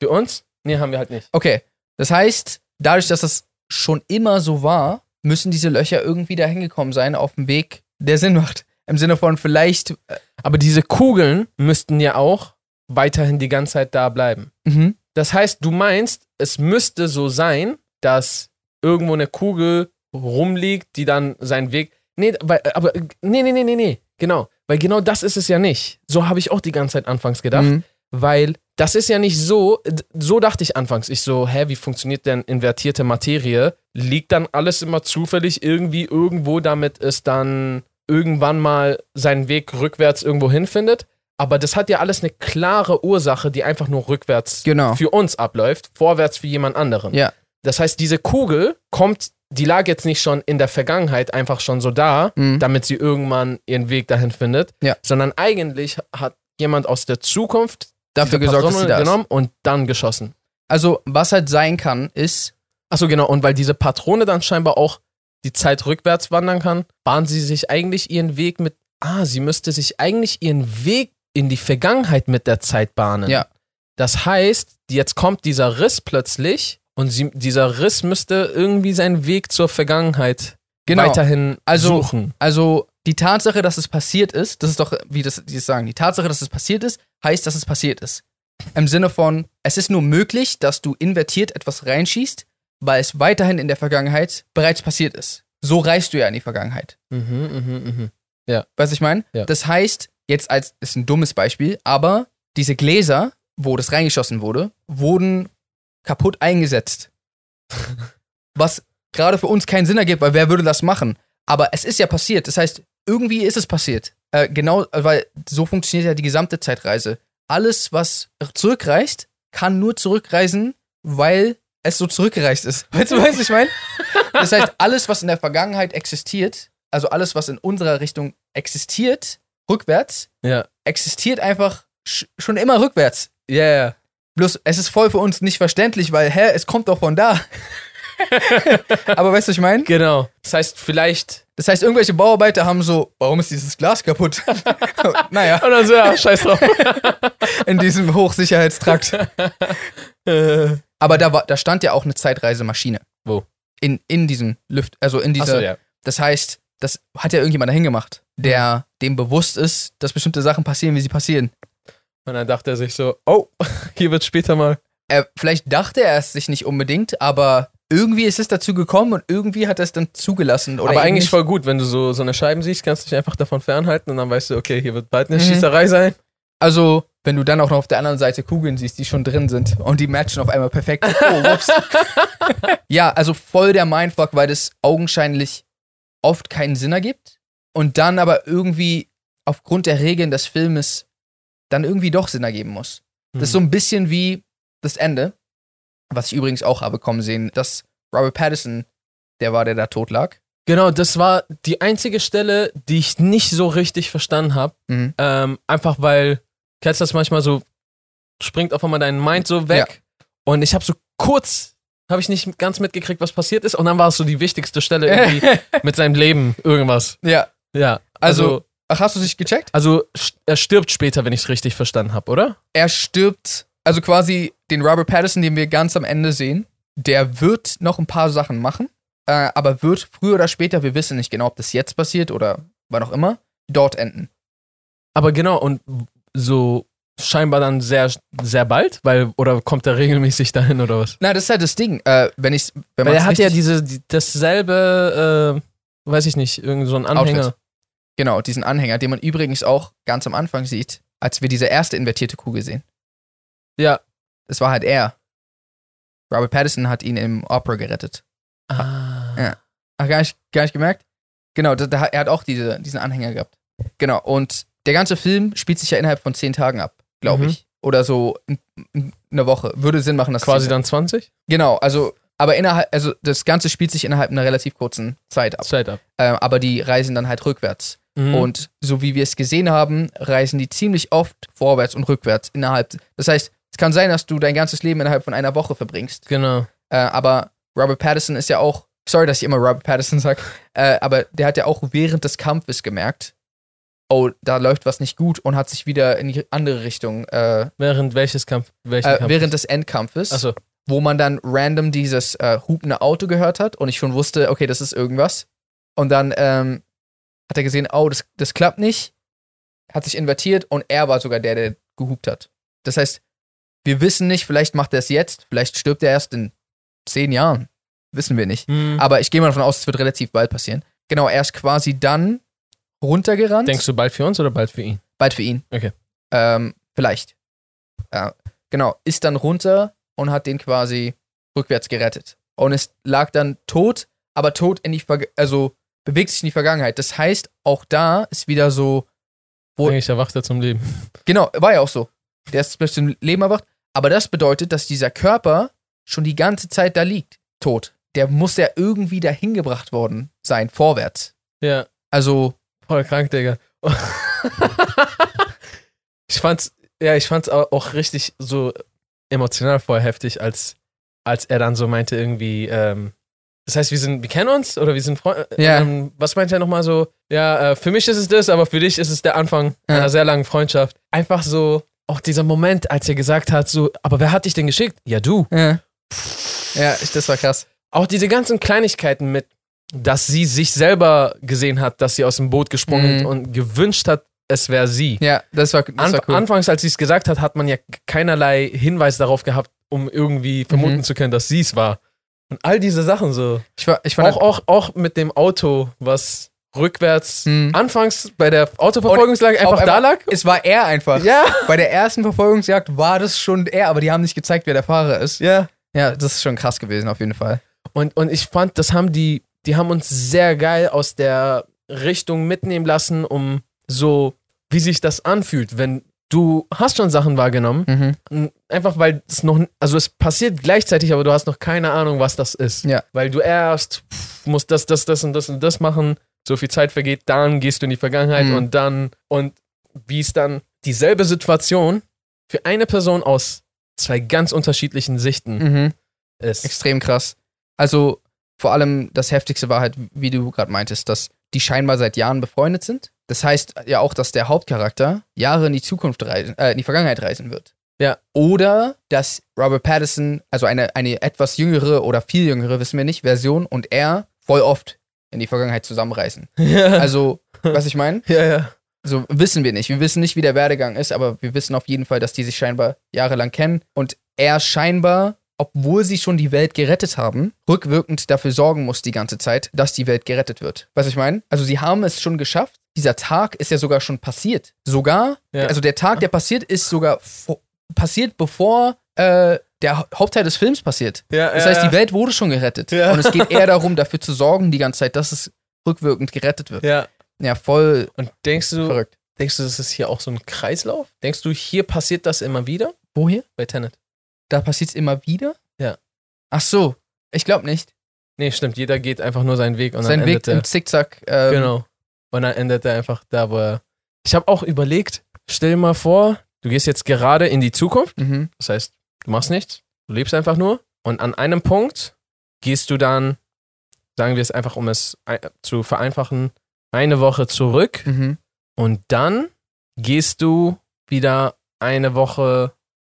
Für uns? Nee, haben wir halt nicht.
Okay. Das heißt, dadurch, dass das schon immer so war, müssen diese Löcher irgendwie dahin gekommen sein auf dem Weg, der Sinn macht. Im Sinne von vielleicht. Äh,
Aber diese Kugeln müssten ja auch weiterhin die ganze Zeit da bleiben.
mhm.
Das heißt, du meinst, es müsste so sein, dass irgendwo eine Kugel rumliegt, die dann seinen Weg. Nee, weil, aber nee, nee, nee, nee, nee. Genau. Weil genau das ist es ja nicht. So habe ich auch die ganze Zeit anfangs gedacht.
Mhm.
Weil das ist ja nicht so, d- so dachte ich anfangs. Ich so, hä, wie funktioniert denn invertierte Materie? Liegt dann alles immer zufällig irgendwie irgendwo, damit es dann irgendwann mal seinen Weg rückwärts irgendwo hinfindet? Aber das hat ja alles eine klare Ursache, die einfach nur rückwärts
Genau.
für uns abläuft, vorwärts für jemand anderen.
Ja.
Das heißt, diese Kugel kommt, die lag jetzt nicht schon in der Vergangenheit einfach schon so da,
Mhm.
damit sie irgendwann ihren Weg dahin findet,
Ja.
sondern eigentlich hat jemand aus der Zukunft
Dafür
diese
gesorgt, dass sie
Patrone
da ist.
genommen und dann geschossen.
Also, was halt sein kann, ist,
Achso, genau. Und weil diese Patrone dann scheinbar auch die Zeit rückwärts wandern kann, bahnt sie sich eigentlich ihren Weg mit. Ah, sie müsste sich eigentlich ihren Weg in die Vergangenheit mit der Zeit bahnen.
Ja.
Das heißt, jetzt kommt dieser Riss plötzlich und sie, dieser Riss müsste irgendwie seinen Weg zur Vergangenheit
Genau.
weiterhin
Also-
suchen.
also die Tatsache, dass es passiert ist, das ist doch, wie das, die es sagen, die Tatsache, dass es passiert ist, heißt, dass es passiert ist. Im Sinne von, es ist nur möglich, dass du invertiert etwas reinschießt, weil es weiterhin in der Vergangenheit bereits passiert ist. So reist du ja in die Vergangenheit.
Mhm, mhm, mhm.
Weißt du, ich meine?
Ja.
Das heißt, jetzt als, ist ein dummes Beispiel, aber diese Gläser, wo das reingeschossen wurde, wurden kaputt eingesetzt. Was gerade für uns keinen Sinn ergibt, weil wer würde das machen? Aber es ist ja passiert. Das heißt, irgendwie ist es passiert. Äh, genau, äh, weil so funktioniert ja die gesamte Zeitreise. Alles, was zurückreist, kann nur zurückreisen, weil es so zurückgereist ist. [LAUGHS] Weißt du, weißt du, ich meine? Das heißt, alles, was in der Vergangenheit existiert, also alles, was in unserer Richtung existiert, rückwärts,
Ja.
existiert einfach sch schon immer rückwärts.
Ja, ja.
Bloß, es ist voll für uns nicht verständlich, weil, hä, es kommt doch von
[LAUGHS]
da. Aber weißt du, was ich meine?
Genau. Das heißt, vielleicht.
Das heißt, irgendwelche Bauarbeiter haben so, warum ist dieses Glas
[LAUGHS]
kaputt? naja,
Und dann so, ja, scheiß drauf.
in diesem Hochsicherheitstrakt. Aber da, war, da stand ja auch eine Zeitreisemaschine.
Wo?
In, in diesem Lüft, also in dieser
Achso, ja.
Das heißt, das hat ja irgendjemand dahin gemacht, der dem bewusst ist, dass bestimmte Sachen passieren, wie sie passieren.
Und dann dachte er sich so, oh, [LAUGHS] hier wird später mal.
Er, vielleicht dachte er es sich nicht unbedingt, aber irgendwie ist es dazu gekommen und irgendwie hat er es dann zugelassen. Oder
Aber
eben
eigentlich
nicht.
voll gut, wenn du so, so eine Scheiben siehst, kannst du dich einfach davon fernhalten und dann weißt du, okay, hier wird bald eine Schießerei sein.
Also, wenn du dann auch noch auf der anderen Seite Kugeln siehst, die schon drin sind und die matchen auf einmal
[LAUGHS]
perfekt. Oh, whoops. ja, also voll der Mindfuck, weil das augenscheinlich oft keinen Sinn ergibt und dann aber irgendwie aufgrund der Regeln des Filmes dann irgendwie doch Sinn ergeben muss. Das ist so ein bisschen wie das Ende, was ich übrigens auch habe kommen sehen, dass Robert Pattinson, der war, der da tot lag.
Genau, das war die einzige Stelle, die ich nicht so richtig verstanden habe. [LAUGHS]
Mhm.
Ähm, einfach weil, kennst du das manchmal so, springt auf einmal dein Mind so weg. Und ich habe so kurz, habe ich nicht ganz mitgekriegt, was passiert ist. Und dann war es so die wichtigste [LAUGHS] Stelle irgendwie mit seinem Leben, irgendwas.
Ja,
Ja.
also, ach, hast du dich gecheckt?
also, st- er stirbt später, wenn ich es richtig verstanden habe, oder?
er stirbt, also quasi den Robert Patterson, den wir ganz am Ende sehen, der wird noch ein paar Sachen machen, äh, aber wird früher oder später, wir wissen nicht genau, ob das jetzt passiert oder wann auch immer, dort enden.
Aber genau, und so scheinbar dann sehr, sehr bald, weil, oder kommt er regelmäßig dahin oder was?
Na, das ist halt das Ding. Äh, wenn ich, wenn
Weil
man
er hat ja diese, die, dasselbe, äh, weiß ich nicht, irgend so ein Anhänger.
Outfit. genau diesen Anhänger, den man übrigens auch ganz am Anfang sieht, als wir diese erste invertierte Kugel sehen.
Ja.
Das war halt er. Robert Patterson hat ihn im Opera gerettet.
Ah.
Ja. Ach, gar nicht, gar nicht gemerkt? Genau, da, da, er hat auch diese, diesen Anhänger gehabt. Genau, und der ganze Film spielt sich ja innerhalb von zehn Tagen ab, glaube
Mhm.
ich. Oder so in, in eine Woche. Würde Sinn machen, dass
Quasi
zehn-
dann 20?
Genau, also, aber innerhalb, also das Ganze spielt sich innerhalb einer relativ kurzen Zeit ab.
Straight up.
Ähm, aber die reisen dann halt rückwärts.
Mhm.
Und so wie wir es gesehen haben, reisen die ziemlich oft vorwärts und rückwärts innerhalb. Das heißt, es kann sein, dass du dein ganzes Leben innerhalb von einer Woche verbringst.
Genau.
Äh, aber Robert Pattinson ist ja auch, sorry, dass ich immer Robert Pattinson sage, äh, aber der hat ja auch während des Kampfes gemerkt, oh, da läuft was nicht gut und hat sich wieder in die andere Richtung, äh,
Während welches Kampf? Welchen
äh,
Kampf?
während des Endkampfes,
Achso.
wo man dann random dieses äh, hupende Auto gehört hat und ich schon wusste, okay, das ist irgendwas. Und dann ähm, hat er gesehen, oh, das, das klappt nicht, hat sich invertiert und er war sogar der, der gehupt hat. Das heißt, wir wissen nicht, vielleicht macht er es jetzt, vielleicht stirbt er erst in zehn Jahren. Wissen wir nicht.
Mhm.
Aber ich gehe mal davon aus, es wird relativ bald passieren. Genau, er ist quasi dann runtergerannt.
Denkst du bald für uns oder bald für ihn?
Bald für ihn.
Okay.
Ähm, vielleicht. Ja, genau, ist dann runter und hat den quasi rückwärts gerettet. Und es lag dann tot, aber tot in die Verga also bewegt sich in die Vergangenheit. Das heißt, auch da ist wieder so, Wo-
Eigentlich erwacht er zum Leben.
genau, war ja auch so. Der ist plötzlich im Leben erwacht. Aber das bedeutet, dass dieser Körper schon die ganze Zeit da liegt, tot. Der muss ja irgendwie dahin gebracht worden sein, vorwärts.
Ja.
Also,
Voll krank, Digga. ich fand's, ja, ich fand's au- auch richtig so emotional voll heftig, als, als er dann so meinte, irgendwie, ähm, das heißt, wir sind, wir kennen uns oder wir sind Freunde.
Ja.
Ähm, was meint er nochmal so? Ja, äh, für mich ist es das, aber für dich ist es der Anfang
Ja.
einer sehr langen Freundschaft. Einfach so, auch dieser Moment, als er gesagt hat, so, aber wer hat dich denn geschickt? Ja, du.
ja. Ja, ich- das war krass.
Auch diese ganzen Kleinigkeiten mit, dass sie sich selber gesehen hat, dass sie aus dem Boot gesprungen
Mhm.
und gewünscht hat, es wäre sie.
Ja, das war, das
Anf
war cool.
Anfangs, als sie es gesagt hat, hat man ja keinerlei Hinweis darauf gehabt, um irgendwie vermuten
Mhm.
zu können, dass sie es war. Und all diese Sachen so.
ich, war, ich fand
Auch, auch, auch mit dem Auto, was rückwärts
Mhm.
anfangs bei der Autoverfolgungslage
auch
einfach da lag.
es war er einfach.
Ja.
Bei der ersten Verfolgungsjagd war das schon er, aber die haben nicht gezeigt, wer der Fahrer ist.
Ja.
Ja, das ist schon krass gewesen auf jeden Fall.
Und, und ich fand, das haben die, die haben uns sehr geil aus der Richtung mitnehmen lassen, um so, wie sich das anfühlt, wenn du hast schon Sachen wahrgenommen,
Mhm.
n- einfach weil es noch, n- also es passiert gleichzeitig, aber du hast noch keine Ahnung, was das ist.
Ja.
Weil du erst pff, musst das, das, das und das und das machen, so viel Zeit vergeht, dann gehst du in die Vergangenheit
Mhm.
und dann, und wie es dann dieselbe Situation für eine Person aus zwei ganz unterschiedlichen Sichten
Mhm.
ist.
Extrem krass. Also vor allem das Heftigste war halt, wie du gerade meintest, dass die scheinbar seit Jahren befreundet sind. Das heißt ja auch, dass der Hauptcharakter Jahre in die Zukunft reisen, äh, in die Vergangenheit reisen wird.
Ja.
Oder dass Robert Pattinson, also eine, eine etwas jüngere oder viel jüngere, wissen wir nicht, Version und er voll oft in die Vergangenheit zusammenreisen.
[LAUGHS] [LAUGHS] ja,
Also, was ich meine?
ja.
So wissen wir nicht. Wir wissen nicht, wie der Werdegang ist, aber wir wissen auf jeden Fall, dass die sich scheinbar jahrelang kennen und er scheinbar, obwohl sie schon die Welt gerettet haben, rückwirkend dafür sorgen muss die ganze Zeit, dass die Welt gerettet wird. Weißt du, was ich meine? Also sie haben es schon geschafft. Dieser Tag ist ja sogar schon passiert. Sogar,
Ja.
also der Tag, der passiert, ist sogar vo- passiert, bevor äh, der Hau- Hauptteil des Films passiert.
Ja,
Das
ja,
heißt, die
ja.
Welt wurde schon gerettet.
Ja.
Und es geht eher darum, dafür zu sorgen die ganze Zeit, dass es rückwirkend gerettet wird.
Ja.
Ja, voll
Und denkst du,
verrückt.
denkst du, das ist hier auch so ein Kreislauf? Denkst du, hier passiert das immer wieder
Woher?
bei Tenet?
Da passiert es immer wieder?
Ja.
Ach so, ich glaube nicht.
Nee, stimmt. Jeder geht einfach nur seinen Weg und
Sein
dann
Weg
endet
im
er.
Zickzack. Ähm,
Genau. Und dann endet er einfach da, wo er. Ich habe auch überlegt, stell dir mal vor, du gehst jetzt gerade in die Zukunft.
Mhm.
Das heißt, du machst nichts, du lebst einfach nur. Und an einem Punkt gehst du dann, sagen wir es einfach, um es ein- zu vereinfachen, eine Woche zurück.
Mhm.
Und dann gehst du wieder eine Woche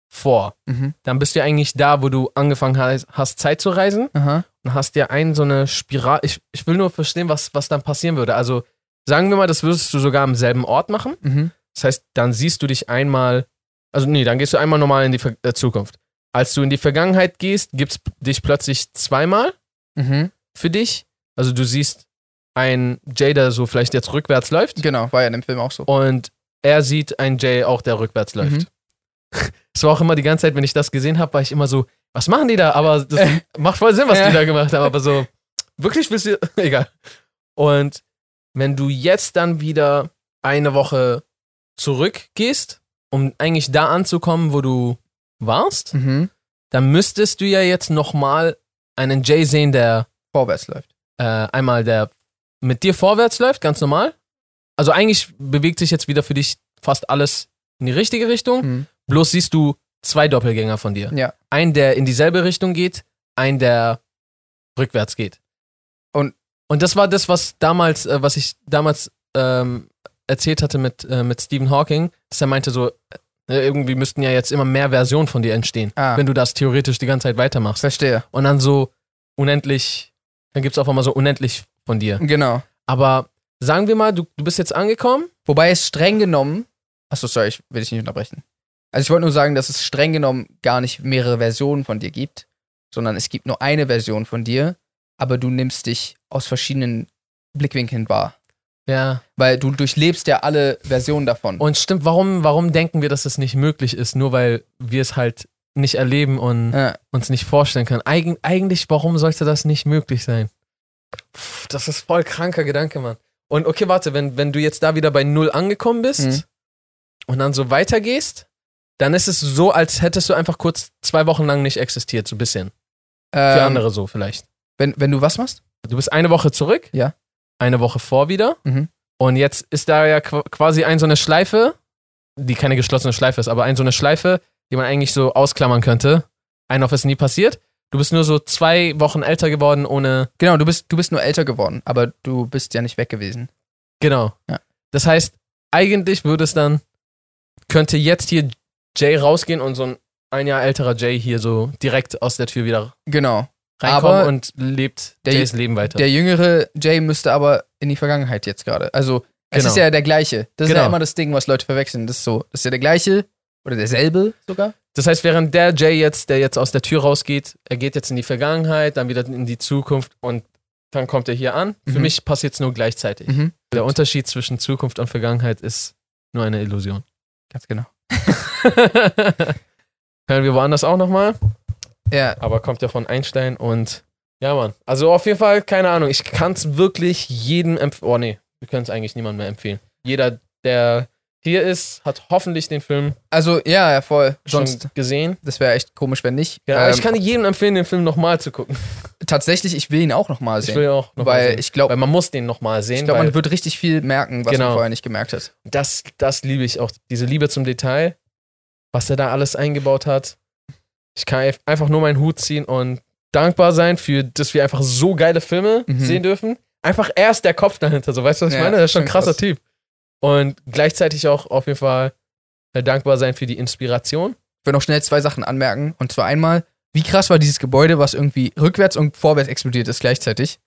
vor.
Mhm.
dann bist du ja eigentlich da, wo du angefangen hast, hast Zeit zu reisen
Aha.
und hast dir einen so eine Spirale. Ich, ich will nur verstehen, was, was dann passieren würde. Also sagen wir mal, das würdest du sogar am selben Ort machen.
Mhm.
Das heißt, dann siehst du dich einmal, also nee, dann gehst du einmal normal in die Ver äh, Zukunft. Als du in die Vergangenheit gehst, gibt es dich plötzlich zweimal
Mhm.
für dich. Also du siehst einen Jay, der so vielleicht jetzt rückwärts läuft
Genau, war ja in dem Film auch so.
und er sieht einen Jay auch, der rückwärts läuft. [LAUGHS]
Mhm.
Es war auch immer die ganze Zeit, wenn ich das gesehen habe, war ich immer so, was machen die da? Aber das
[LAUGHS]
macht voll Sinn, was
Ja.
die da gemacht haben. Aber so, wirklich willst du, [LAUGHS] egal. Und wenn du jetzt dann wieder eine Woche zurückgehst, um eigentlich da anzukommen, wo du warst,
Mhm.
dann müsstest du ja jetzt nochmal einen Jay sehen, der
Vorwärts läuft.
äh, einmal der mit dir vorwärts läuft, ganz normal. Also eigentlich bewegt sich jetzt wieder für dich fast alles in die richtige Richtung.
Mhm.
Bloß siehst du zwei Doppelgänger von dir.
Ja.
Ein, der in dieselbe Richtung geht, ein, der rückwärts geht.
Und-
und das war das, was damals, äh, was ich damals ähm, erzählt hatte mit, äh, mit Stephen Hawking, dass er meinte so, äh, irgendwie müssten ja jetzt immer mehr Versionen von dir entstehen,
Ah,
wenn du das theoretisch die ganze Zeit weitermachst
verstehe.
und dann so unendlich, dann gibt es auf einmal so unendlich von dir.
Genau.
Aber sagen wir mal, du, du bist jetzt angekommen.
Wobei es streng genommen. Achso, sorry, ich will dich nicht unterbrechen. Also ich wollte nur sagen, dass es streng genommen gar nicht mehrere Versionen von dir gibt, sondern es gibt nur eine Version von dir, aber du nimmst dich aus verschiedenen Blickwinkeln wahr.
Ja.
Weil du durchlebst ja alle Versionen davon.
Und stimmt, warum, warum denken wir, dass es nicht möglich ist? Nur weil wir es halt nicht erleben und
ja.
uns nicht vorstellen können. Eigen, eigentlich, warum sollte das nicht möglich sein? Pff, das ist voll kranker Gedanke, Mann. Und okay, warte, wenn, wenn du jetzt da wieder bei Null angekommen bist
Mhm.
und dann so weitergehst, dann ist es so, als hättest du einfach kurz zwei Wochen lang nicht existiert, so ein bisschen. Für
Ähm,
andere so vielleicht.
Wenn, wenn du was machst?
Du bist eine Woche zurück.
Ja.
Eine Woche vor wieder.
Mhm.
Und jetzt ist da ja qu- quasi ein so eine Schleife, die keine geschlossene Schleife ist, aber ein so eine Schleife, die man eigentlich so ausklammern könnte. Ein auf ist nie passiert. Du bist nur so zwei Wochen älter geworden ohne.
Genau, du bist, du bist nur älter geworden, aber du bist ja nicht weg gewesen.
Genau.
Ja.
Das heißt, eigentlich würde es dann, könnte jetzt hier Jay rausgehen und so ein ein Jahr älterer Jay hier so direkt aus der Tür wieder
Genau.
reinkommen
Aber
und lebt
der-
Jays Leben weiter.
Der jüngere Jay müsste aber in die Vergangenheit jetzt gerade. Also, es
Genau.
ist ja der gleiche. Das ist ja
Genau.
immer das Ding, was Leute verwechseln. Das ist so. Das ist ja der gleiche oder derselbe sogar.
Das heißt, während der Jay jetzt, der jetzt aus der Tür rausgeht, er geht jetzt in die Vergangenheit, dann wieder in die Zukunft und dann kommt er hier an. Für
Mhm.
mich passiert es nur gleichzeitig.
Mhm.
Der Unterschied zwischen Zukunft und Vergangenheit ist nur eine
[LAUGHS]
Illusion.
Ganz genau.
Hören wir woanders auch nochmal,
Ja,
aber kommt ja von Einstein und ja, Mann. Also auf jeden Fall, keine Ahnung, ich kann es wirklich jedem empfehlen. Oh nee, wir können es eigentlich niemandem mehr empfehlen. Jeder, der hier ist, hat hoffentlich den Film
also ja, ja, voll. Sonst,
schon gesehen.
das wäre echt komisch, wenn nicht.
Ja, aber
Ähm,
ich kann jedem empfehlen, den Film nochmal zu gucken.
tatsächlich, ich will ihn auch nochmal
Ich
sehen.
will ihn auch nochmal
weil
sehen.
ich glaube,
weil man muss den nochmal sehen,
ich glaub,
weil
man wird richtig viel merken, was man
Genau.
vorher nicht gemerkt hat.
das, das liebe ich auch. Diese Liebe zum Detail, was er da alles eingebaut hat. Ich kann eif- einfach nur meinen Hut ziehen und dankbar sein, für, dass wir einfach so geile Filme
Mhm.
sehen dürfen. Einfach erst der Kopf dahinter, so weißt du, was ich
Ja,
meine? Das ist schon ein
schon
krasser
krass.
Typ. Und gleichzeitig auch auf jeden Fall äh, dankbar sein für
[LAUGHS]
die Inspiration.
Ich will noch schnell zwei Sachen anmerken. Und zwar einmal, wie krass war dieses Gebäude, was irgendwie rückwärts und vorwärts explodiert ist gleichzeitig.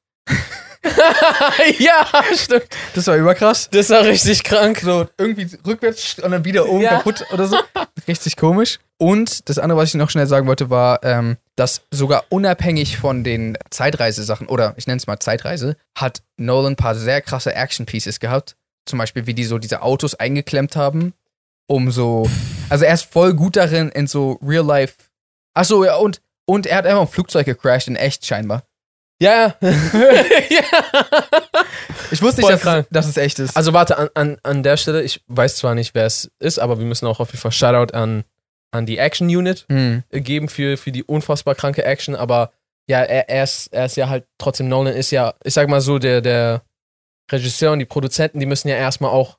ja, [LAUGHS] stimmt.
Das war überkrass.
Das war richtig krank.
so irgendwie rückwärts und dann wieder oben
Ja.
kaputt oder
[LAUGHS]
so. Richtig komisch. Und das andere, was ich noch schnell sagen wollte, war, ähm, dass sogar unabhängig von den Zeitreisesachen, oder ich nenne es mal Zeitreise, hat Nolan ein paar sehr krasse Action-Pieces gehabt. Zum Beispiel, wie die so diese Autos eingeklemmt haben, um so. Also er ist voll gut darin, in so Real-Life. Achso, ja, und, und er hat einfach ein Flugzeug gecrashed in echt scheinbar. [LAUGHS]
Ja, [LAUGHS] ja.
Ich wusste
Voll
nicht, dass,
krank.
es- dass es echt ist.
Also warte, an, an, an der Stelle, ich weiß zwar nicht, wer es ist, aber wir müssen auch auf jeden Fall Shoutout an, an die Action Unit
Hm.
äh, geben für, für die unfassbar kranke Action, aber ja, er, er, ist, er ist ja halt trotzdem Nolan ist ja, ich sag mal so, der, der Regisseur und die Produzenten, die müssen ja erstmal auch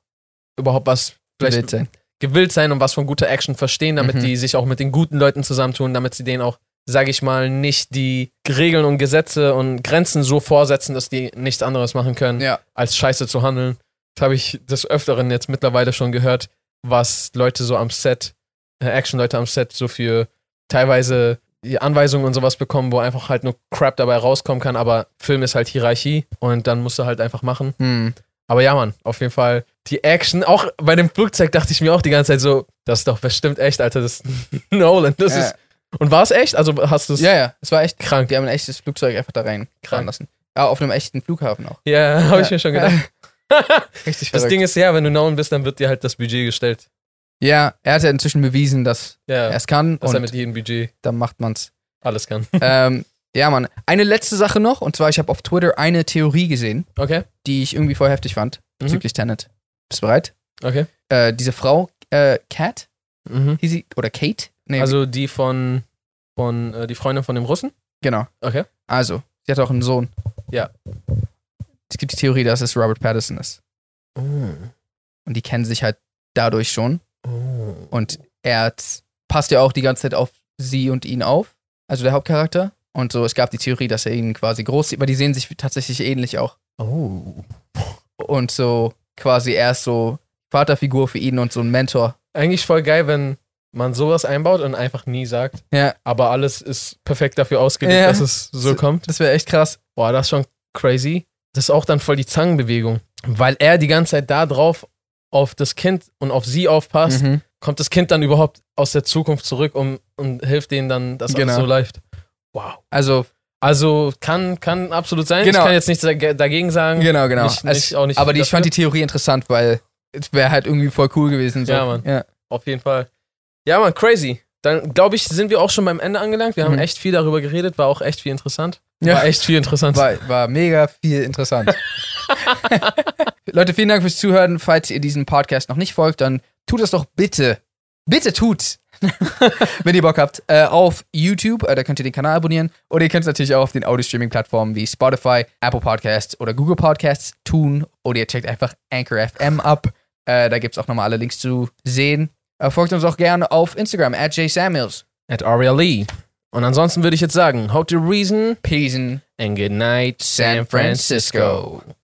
überhaupt was vielleicht
Wild sein.
gewillt sein und was von guter Action verstehen, damit
Mhm.
die sich auch mit den guten Leuten zusammentun, damit sie denen auch, sage ich mal, nicht die Regeln und Gesetze und Grenzen so vorsetzen, dass die nichts anderes machen können,
Ja.
als scheiße zu handeln. Das habe ich des Öfteren jetzt mittlerweile schon gehört, was Leute so am Set, äh, Action-Leute am Set so für teilweise die Anweisungen und sowas bekommen, wo einfach halt nur Crap dabei rauskommen kann, aber Film ist halt Hierarchie und dann musst du halt einfach machen.
Hm.
Aber ja, Mann, auf jeden Fall. Die Action, auch bei dem Flugzeug dachte ich mir auch die ganze Zeit so, das ist doch bestimmt echt, Alter, das [LAUGHS] ist Nolan. Das
Ja.
ist, und war es echt? Also hast du es
Ja, ja, es war echt
krank?
Die haben ein echtes Flugzeug einfach da rein fahren lassen. Ja, auf einem echten Flughafen auch.
Ja, [LAUGHS] habe ich
Ja.
mir schon gedacht.
Richtig
Das Ding ist ja, wenn du Nolan bist, dann wird dir halt das Budget gestellt.
Ja, er hat ja inzwischen bewiesen, dass
Ja,
er es kann
dass er
und
mit jedem Budget
dann macht man's. [LAUGHS]
alles kann. [LAUGHS]
ähm, ja, Mann. Eine letzte Sache noch und zwar, ich habe auf Twitter eine Theorie gesehen,
Okay,
die ich irgendwie voll heftig fand
Mhm.
bezüglich Tenet. Bist du bereit?
okay.
Äh, diese Frau, äh, Kat,
Mhm.
hieß sie, oder Kate? Nee,
Also die von, von äh, die Freundin von dem Russen?
genau.
Okay.
Also, sie hat auch einen Sohn.
Ja.
Es gibt die Theorie, dass es Robert Pattinson ist.
Oh,
Und die kennen sich halt dadurch schon.
oh,
Und er hat, passt ja auch die ganze Zeit auf sie und ihn auf, also der Hauptcharakter. Und so, es gab die Theorie, dass er ihn quasi groß sieht, weil die sehen sich tatsächlich ähnlich auch.
Oh.
Und so quasi er ist so Vaterfigur für ihn und so ein Mentor.
Eigentlich voll geil, wenn man sowas einbaut und einfach nie sagt.
Ja,
aber alles ist perfekt dafür ausgelegt,
Ja.
dass es so
So-
kommt.
das wäre echt krass.
Boah, das ist schon crazy. Das ist auch dann voll die Zangenbewegung. Weil er die ganze Zeit da drauf auf das Kind und auf sie aufpasst,
Mhm.
kommt das Kind dann überhaupt aus der Zukunft zurück um, und hilft denen dann, dass
Genau.
alles so läuft. Wow.
Also,
Also kann, kann absolut sein.
Genau.
Ich kann jetzt nichts dage- dagegen sagen.
genau, genau.
Nicht-
Also,
nicht- auch nicht
aber die, ich
dafür.
fand die Theorie interessant, weil es wäre halt irgendwie voll cool gewesen. So.
Ja, Mann.
Ja.
Auf jeden Fall. Ja, Mann, crazy. Dann glaube ich, sind wir auch schon beim Ende angelangt. Wir haben
Mhm.
echt viel darüber geredet, war auch echt viel interessant.
Ja.
War echt viel interessant.
War, war mega viel interessant. Leute, vielen Dank fürs Zuhören. Falls ihr diesem Podcast noch nicht folgt, dann tut das doch bitte. Bitte tut's. Wenn ihr Bock habt, äh, auf YouTube, äh, da könnt ihr den Kanal abonnieren. Oder ihr könnt es natürlich auch auf den Audio-Streaming-Plattformen wie Spotify, Apple Podcasts oder Google Podcasts tun. Oder ihr checkt einfach Anchor FM ab. Äh, da gibt's auch nochmal alle Links zu sehen. Äh, folgt uns auch gerne auf Instagram, at jsamuels.
At Aria Lee. E. Und ansonsten würde ich jetzt sagen, how to reason
Peace in
and good night,
San Francisco.